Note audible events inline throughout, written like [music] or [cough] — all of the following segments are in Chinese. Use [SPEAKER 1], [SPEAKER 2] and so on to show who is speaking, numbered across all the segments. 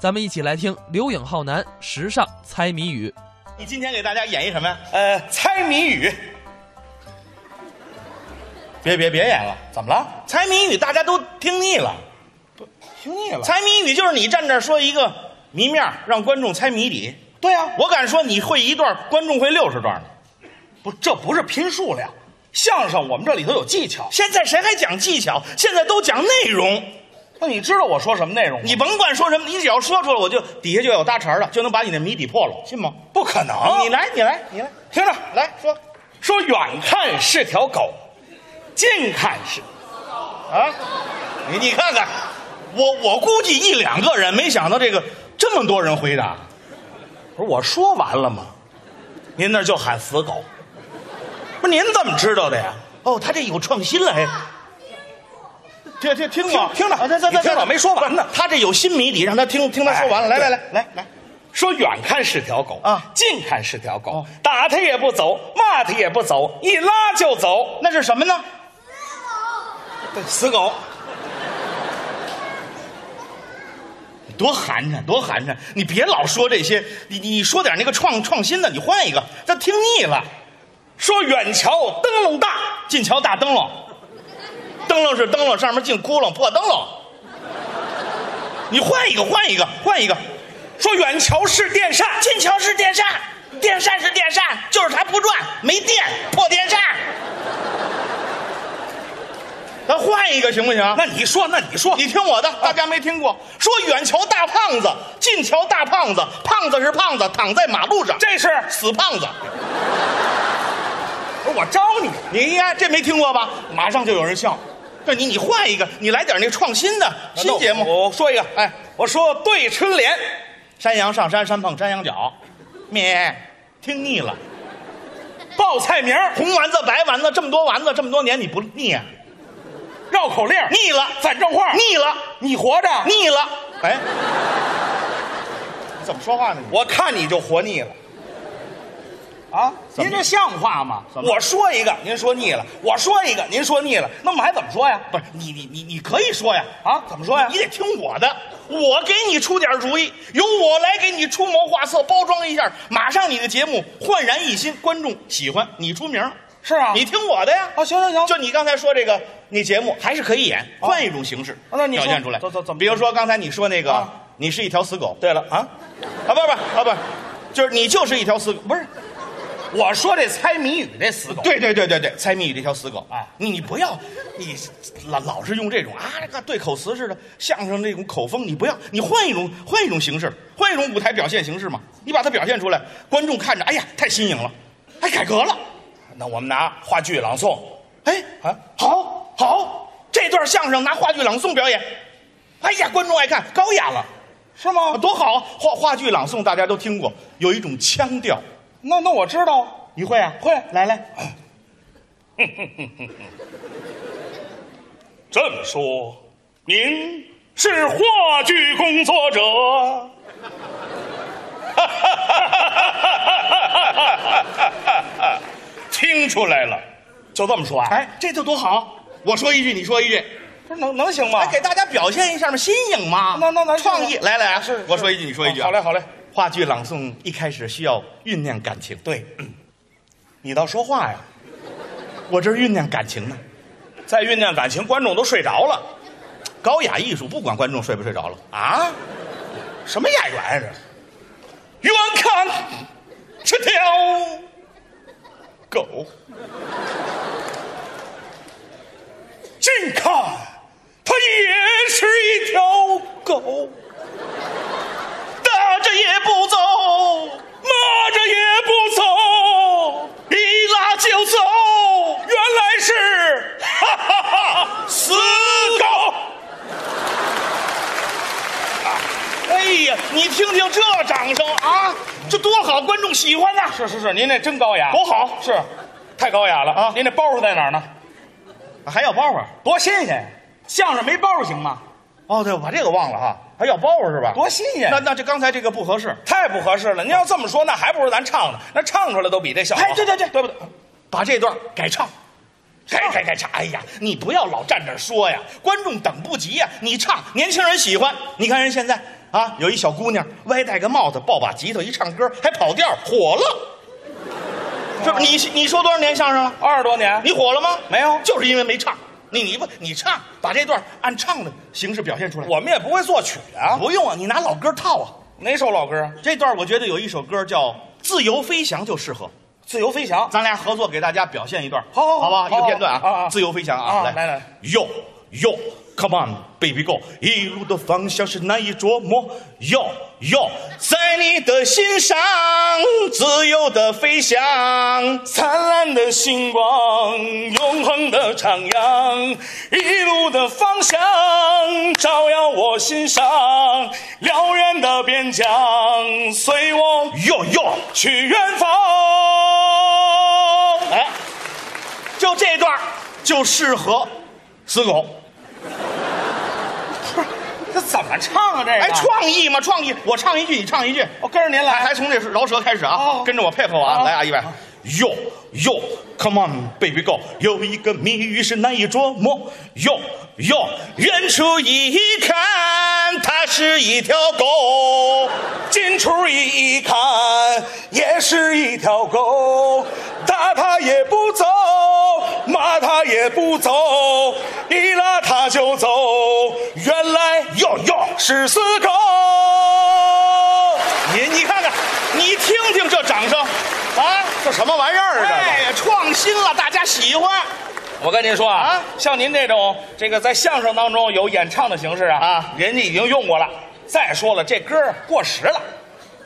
[SPEAKER 1] 咱们一起来听刘影浩南时尚猜谜语。
[SPEAKER 2] 你今天给大家演一什么呀？呃，猜谜语。别别别演了，怎么了？猜谜语大家都听腻了。
[SPEAKER 3] 听腻了。
[SPEAKER 2] 猜谜语就是你站这儿说一个谜面儿，让观众猜谜底。
[SPEAKER 3] 对啊呀、
[SPEAKER 2] 我敢说你会一段，观众会六十段呢。
[SPEAKER 3] 不，这不是拼数量，相声我们这里头有技巧。
[SPEAKER 2] 现在谁还讲技巧？现在都讲内容。
[SPEAKER 3] 那你知道我说什么内容吗？
[SPEAKER 2] 你甭管说什么，你只要说出来，我就底下就有搭茬了，就能把你的谜底破了，信吗？
[SPEAKER 3] 不可能。
[SPEAKER 2] 你来，你来，你来，
[SPEAKER 3] 听着，
[SPEAKER 2] 来说
[SPEAKER 3] 说远看是条狗，近看是
[SPEAKER 2] 啊！你你看看，我我估计一两个人，没想到这个这么多人回答。
[SPEAKER 3] 不是我说完了吗？
[SPEAKER 2] 您那儿就喊死狗，
[SPEAKER 3] 不是您怎么知道的呀？
[SPEAKER 2] 哦，他这有创新了，嘿。这这听
[SPEAKER 3] 听
[SPEAKER 2] 过，
[SPEAKER 3] 听着
[SPEAKER 2] 啊再再
[SPEAKER 3] 你
[SPEAKER 2] 再
[SPEAKER 3] 听着没说完呢
[SPEAKER 2] 不是他这有新谜底，让他听听他说完了。来
[SPEAKER 3] 哎
[SPEAKER 2] 来
[SPEAKER 3] 对
[SPEAKER 2] 来来来，
[SPEAKER 3] 说远看是条狗
[SPEAKER 2] 啊
[SPEAKER 3] 近看是条狗，
[SPEAKER 2] 哦
[SPEAKER 3] 打它也不走，骂它也不走，一拉就走，
[SPEAKER 2] 那是什么呢？
[SPEAKER 3] 死狗。
[SPEAKER 2] 多寒碜，多寒碜！你别老说这些，你你说点那个创创新的，你换一个，他听腻了。
[SPEAKER 3] 说远瞧灯笼大，
[SPEAKER 2] 进桥大灯笼，灯笼是灯笼，上面进窟窿破灯笼。你换一个，换一个，换一个。
[SPEAKER 3] 说远瞧是电扇，
[SPEAKER 2] 进桥是电扇，电扇是电扇，就是它不转，没电，破电扇。咱换一个行不行？
[SPEAKER 3] 那你说，那你说，
[SPEAKER 2] 你啊听我的，大家没听过，说远桥大胖子，近桥大胖子，胖子是胖子，躺在马路上，
[SPEAKER 3] 这是
[SPEAKER 2] 死胖子。
[SPEAKER 3] 不是我招你？
[SPEAKER 2] 你呀，这没听过吧？马上就有人笑。这你你换一个，你来点那创新的新节目。
[SPEAKER 3] 我说一个，
[SPEAKER 2] 哎，
[SPEAKER 3] 我说对春联，
[SPEAKER 2] 山羊上山，山碰山羊角，咩，听腻了。
[SPEAKER 3] 报菜名，
[SPEAKER 2] 红丸子、白丸子，这么多丸子，这么多年你不腻啊？
[SPEAKER 3] 绕口令，
[SPEAKER 2] 腻了，
[SPEAKER 3] 反正话，
[SPEAKER 2] 腻了，
[SPEAKER 3] 你活着，
[SPEAKER 2] 腻了。哎，你怎么说话呢？你
[SPEAKER 3] 我看你就活腻了。啊，
[SPEAKER 2] 怎么
[SPEAKER 3] 您这像话吗？
[SPEAKER 2] 怎么
[SPEAKER 3] 我说一个，您说腻了；我说一个，您说腻了。那我们还怎么说呀？
[SPEAKER 2] 不是你你你你可以说呀，
[SPEAKER 3] 啊，怎么说呀
[SPEAKER 2] 你？得听我的，我给你出点主意，由我来给你出谋划策，包装一下，马上你的节目焕然一新，观众喜欢，你出名。
[SPEAKER 3] 是啊，
[SPEAKER 2] 你听我的呀。
[SPEAKER 3] 啊，行行行，
[SPEAKER 2] 就你刚才说这个，你节目还是可以演，
[SPEAKER 3] 哦
[SPEAKER 2] 换一种形式，
[SPEAKER 3] 啊那你
[SPEAKER 2] 表
[SPEAKER 3] 说
[SPEAKER 2] 现出来。
[SPEAKER 3] 怎怎怎么
[SPEAKER 2] 比如说刚才你说那个
[SPEAKER 3] 啊，
[SPEAKER 2] 你是一条死狗，
[SPEAKER 3] 对了啊，
[SPEAKER 2] 啊，不不啊不，就是你就是一条死狗，不是？
[SPEAKER 3] 我说这猜谜语这死狗，
[SPEAKER 2] 对对对对对，猜谜语这条死狗。
[SPEAKER 3] 哎
[SPEAKER 2] 你你不要，你老老是用这种啊这个对口词似的相声那种口风，你不要，你换一种换一种形式，换一种舞台表现形式嘛，你把它表现出来，观众看着，哎呀，太新颖了，还改革了。
[SPEAKER 3] 那我们拿话剧朗诵，
[SPEAKER 2] 哎
[SPEAKER 3] 啊
[SPEAKER 2] 好好，这段相声拿话剧朗诵表演，哎呀，观众爱看，高雅了，
[SPEAKER 3] 是吗
[SPEAKER 2] 啊多好啊！话话剧朗诵大家都听过，有一种腔调，
[SPEAKER 3] 那那我知道，
[SPEAKER 2] 你会啊？
[SPEAKER 3] 会
[SPEAKER 2] 来来，
[SPEAKER 3] 这么说，您是话剧工作者？听出来了，就这么说啊？
[SPEAKER 2] 哎，这就多好！我说一句，你说一句，
[SPEAKER 3] 不是能能行吗
[SPEAKER 2] 来给大家表现一下嘛，新颖嘛，
[SPEAKER 3] 那那那是
[SPEAKER 2] 创意，来来啊，
[SPEAKER 3] 是是
[SPEAKER 2] 我说一句，你说一句、
[SPEAKER 3] 好嘞，，好嘞，
[SPEAKER 2] 话剧朗诵一开始需要酝酿感情，
[SPEAKER 3] 对，
[SPEAKER 2] 你倒说话呀，我这儿酝酿感情呢。
[SPEAKER 3] 再酝酿感情，观众都睡着了
[SPEAKER 2] 高雅艺术，不管观众睡不睡着了，
[SPEAKER 3] 啊？什么演员啊这？远看是条
[SPEAKER 2] 狗。
[SPEAKER 3] 近看，它也是一条狗，
[SPEAKER 2] 打着也不走，
[SPEAKER 3] 骂着也不走，
[SPEAKER 2] 一拉就走。
[SPEAKER 3] 原来是哈哈哈死狗。
[SPEAKER 2] 哎呀，你听听这掌声啊，这多好，观众喜欢呐、
[SPEAKER 3] 是是是，您这真高雅，
[SPEAKER 2] 多好！
[SPEAKER 3] 是，太高雅了
[SPEAKER 2] 啊
[SPEAKER 3] 您这包袱在哪儿呢？
[SPEAKER 2] 还要包袱？
[SPEAKER 3] 多新鲜！相声没包袱行吗？
[SPEAKER 2] 哦，对，我把这个忘了哈，还要包袱是吧？
[SPEAKER 3] 多新鲜！
[SPEAKER 2] 那那这刚才这个不合适，
[SPEAKER 3] 太不合适了。您要这么说，那还不如咱唱呢。那唱出来都比这效果好。
[SPEAKER 2] 哎对对对
[SPEAKER 3] 对不对？
[SPEAKER 2] 把这段改唱，改改改唱。哎呀，你不要老站这儿说呀，观众等不及呀，你唱，年轻人喜欢。你看人现在啊，有一小姑娘歪戴个帽子，抱把吉他，一唱歌还跑调，火了。这不你你说多少年相声了？
[SPEAKER 3] 二十多年，
[SPEAKER 2] 你火了吗？
[SPEAKER 3] 没有
[SPEAKER 2] 就是因为没唱。你你不你唱，把这段按唱的形式表现出来。
[SPEAKER 3] 我们也不会作曲啊。
[SPEAKER 2] 不用啊，你拿老歌套啊。
[SPEAKER 3] 哪首老歌啊？
[SPEAKER 2] 这段我觉得有一首歌叫《自由飞翔》就适合。
[SPEAKER 3] 自由飞翔。
[SPEAKER 2] 咱俩合作给大家表现一段，
[SPEAKER 3] 好好好
[SPEAKER 2] 好不好？一
[SPEAKER 3] 好
[SPEAKER 2] 个片段
[SPEAKER 3] 好好
[SPEAKER 2] 啊，
[SPEAKER 3] 好
[SPEAKER 2] 自由飞翔啊，
[SPEAKER 3] 啊来来
[SPEAKER 2] ，Yo Yo Come on Baby Go，一路的方向是难以琢磨，Yo Yo，在你的心上自由的飞翔，
[SPEAKER 3] 灿烂的星光，永恒的徜徉，一路的方向照耀我心上，辽远的边疆随我
[SPEAKER 2] Yo Yo，
[SPEAKER 3] 去远方。
[SPEAKER 2] 哎，就这段就适合死狗，
[SPEAKER 3] 这怎么唱啊？这个
[SPEAKER 2] 哎，哦创意嘛，创意，我唱一句，你唱一句，
[SPEAKER 3] 我跟着您
[SPEAKER 2] 来，
[SPEAKER 3] 来。
[SPEAKER 2] 还从这饶舌开始啊
[SPEAKER 3] 好，
[SPEAKER 2] 跟着我配合我啊，
[SPEAKER 3] 好
[SPEAKER 2] 来啊，一百。哟哟，Come on baby go，有一个谜语是难以捉摸。哟哟，远处一看，它是一条狗。
[SPEAKER 3] 近处一看，也是一条狗，打它也不走，骂它也不走，一拉它就走，原来
[SPEAKER 2] 哟哟，
[SPEAKER 3] 是死狗。
[SPEAKER 2] 你你看看，你听听这掌声，啊，这什么玩意儿啊？
[SPEAKER 3] 哎
[SPEAKER 2] 这个创新了，大家喜欢。
[SPEAKER 3] 我跟您说啊，
[SPEAKER 2] 啊
[SPEAKER 3] 像您这种这个在相声当中有演唱的形式啊，
[SPEAKER 2] 啊
[SPEAKER 3] 人家已经用过了。再说了，这歌儿过时了。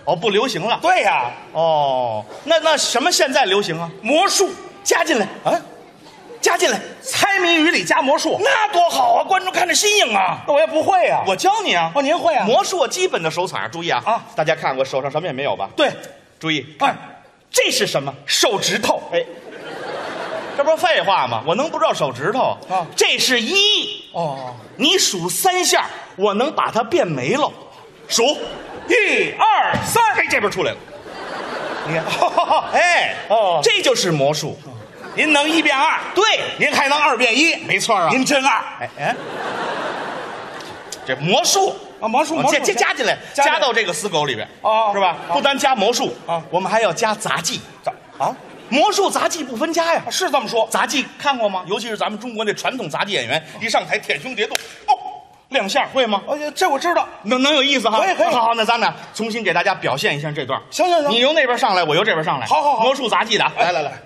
[SPEAKER 2] 哦，不流行了。
[SPEAKER 3] 对呀、
[SPEAKER 2] 哦，那那什么现在流行啊？
[SPEAKER 3] 魔术
[SPEAKER 2] 加进来啊，加进来，
[SPEAKER 3] 猜谜语里加魔术，
[SPEAKER 2] 那多好啊！观众看着新颖啊。
[SPEAKER 3] 那我也不会啊。
[SPEAKER 2] 我教你啊。
[SPEAKER 3] 哦，您会啊？
[SPEAKER 2] 魔术基本的手法，注意啊
[SPEAKER 3] 啊
[SPEAKER 2] 大家看我手上什么也没有吧？
[SPEAKER 3] 对，
[SPEAKER 2] 注意，
[SPEAKER 3] 哎，
[SPEAKER 2] 这是什么？
[SPEAKER 3] 手指头。
[SPEAKER 2] 哎，这不是废话吗？我能不知道手指头
[SPEAKER 3] 啊
[SPEAKER 2] 这是一，
[SPEAKER 3] 哦，
[SPEAKER 2] 你数三下，我能把它变没了。数，
[SPEAKER 3] 一二三，
[SPEAKER 2] 嘿，这边出来了。
[SPEAKER 3] 你
[SPEAKER 2] 哦
[SPEAKER 3] 看，
[SPEAKER 2] 哎，
[SPEAKER 3] 哦
[SPEAKER 2] 这就是魔术。
[SPEAKER 3] 您能一变二，
[SPEAKER 2] 对，
[SPEAKER 3] 您还能二变一，
[SPEAKER 2] 没错啊
[SPEAKER 3] 您真二。
[SPEAKER 2] 哎哎，这魔术。
[SPEAKER 3] 啊，魔 [laughs] 术，
[SPEAKER 2] 这这哦加进来，
[SPEAKER 3] 加进来
[SPEAKER 2] 加到这个死狗里边，
[SPEAKER 3] 哦
[SPEAKER 2] 是吧？
[SPEAKER 3] 哦
[SPEAKER 2] 不单加魔术
[SPEAKER 3] 啊
[SPEAKER 2] 我们还要加杂技。
[SPEAKER 3] 啊，
[SPEAKER 2] 魔术杂技不分家呀。
[SPEAKER 3] 是这么说。
[SPEAKER 2] 杂技看过吗？尤其是咱们中国那传统杂技演员，一上台舔胸叠肚，哦，亮相会吗？
[SPEAKER 3] 哎，这我知道。
[SPEAKER 2] 能能有意思哈？
[SPEAKER 3] 可以可以
[SPEAKER 2] 好好，那咱们俩重新给大家表现一下这段。
[SPEAKER 3] 行行行哎
[SPEAKER 2] 你由那边上来，我由这边上来。
[SPEAKER 3] 好好好
[SPEAKER 2] 魔术杂技的啊，来来来，
[SPEAKER 3] 哦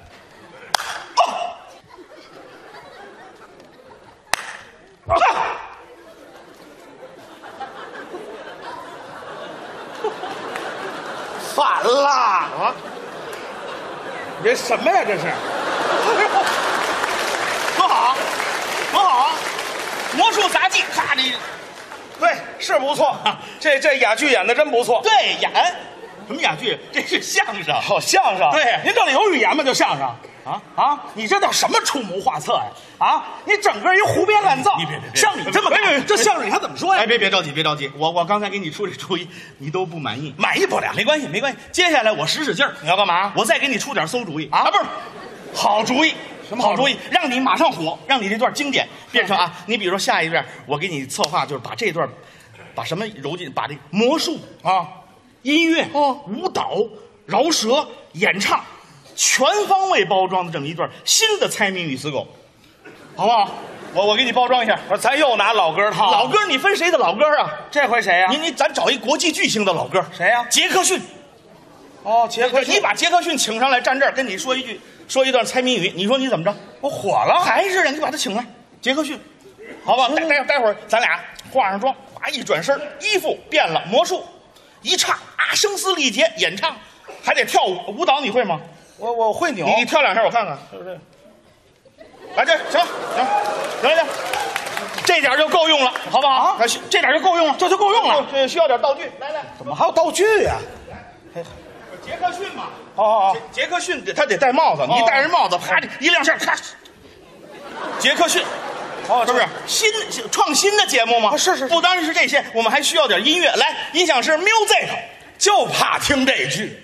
[SPEAKER 3] 啊反了啊！这什么呀？这是？啊
[SPEAKER 2] 多好，多好啊！魔术杂技，咔你啊
[SPEAKER 3] 对，是不错。这这哑剧演的真不错。
[SPEAKER 2] 对演什么哑剧？这是哦相声。
[SPEAKER 3] 好相声，
[SPEAKER 2] 对
[SPEAKER 3] 您这里有语言吗？就相声
[SPEAKER 2] 啊
[SPEAKER 3] 啊啊！你这叫什么出谋划策呀？啊，你整个一胡编乱造，
[SPEAKER 2] 你别别别
[SPEAKER 3] 像你这么干
[SPEAKER 2] 别别别
[SPEAKER 3] 这相声你还怎么说呀？
[SPEAKER 2] 哎，别别着急，别着急，我我刚才给你出这主意，你都不满意。
[SPEAKER 3] 满意不了，
[SPEAKER 2] 没关系，没关系，接下来我使使劲儿。
[SPEAKER 3] 你要干嘛？
[SPEAKER 2] 我再给你出点馊主意
[SPEAKER 3] 啊
[SPEAKER 2] 不是，好主意，
[SPEAKER 3] 什么
[SPEAKER 2] 好
[SPEAKER 3] 好
[SPEAKER 2] 主
[SPEAKER 3] 主
[SPEAKER 2] 意？让你马上火，让你这段经典变成啊，你比如说下一遍，我给你策划就是把这段，把什么揉进，把这个魔术、
[SPEAKER 3] 啊，
[SPEAKER 2] 音乐、
[SPEAKER 3] 哦
[SPEAKER 2] 舞蹈、饶舌、演唱，全方位包装的这么一段新的猜谜语死狗，好不好？我我给你包装一下，
[SPEAKER 3] 不是，咱又拿老歌套。
[SPEAKER 2] 老，歌你分谁的老歌啊？
[SPEAKER 3] 这回谁呀
[SPEAKER 2] 你？你咱找一国际巨星的老歌，
[SPEAKER 3] 谁呀
[SPEAKER 2] 杰克逊。
[SPEAKER 3] 哦，杰克
[SPEAKER 2] [laughs]
[SPEAKER 3] 逊，
[SPEAKER 2] 你把杰克逊请上来站这儿，跟你说一句，说一段猜谜语，你说你怎么着？
[SPEAKER 3] 我火了，
[SPEAKER 2] 还是的，你把他请来，杰克逊，好吧？待待待会儿，咱俩化上妆，啊，一转身，衣服变了，魔术一唱啊，声嘶力竭，演唱，还得跳舞，舞蹈你会吗？
[SPEAKER 3] 我我会哦扭
[SPEAKER 2] 你你跳两下我看看，来这行行行行，这点就够用了，好不好？
[SPEAKER 3] 啊
[SPEAKER 2] 哎这点就够用了，
[SPEAKER 3] 这就够用了。
[SPEAKER 2] 这需要点道具，来来，
[SPEAKER 3] 怎么还有道具呀？
[SPEAKER 2] 杰克逊嘛。
[SPEAKER 3] 哦哦，哦
[SPEAKER 2] 杰克逊得他得戴帽子，
[SPEAKER 3] 哦
[SPEAKER 2] 你戴着帽子，啪一亮相，咔，杰克逊
[SPEAKER 3] 哦，
[SPEAKER 2] 是不是新创新的节目吗？
[SPEAKER 3] 哦是是是
[SPEAKER 2] 不单是这些，我们还需要点音乐。来，音响师 music，
[SPEAKER 3] 就怕听这句。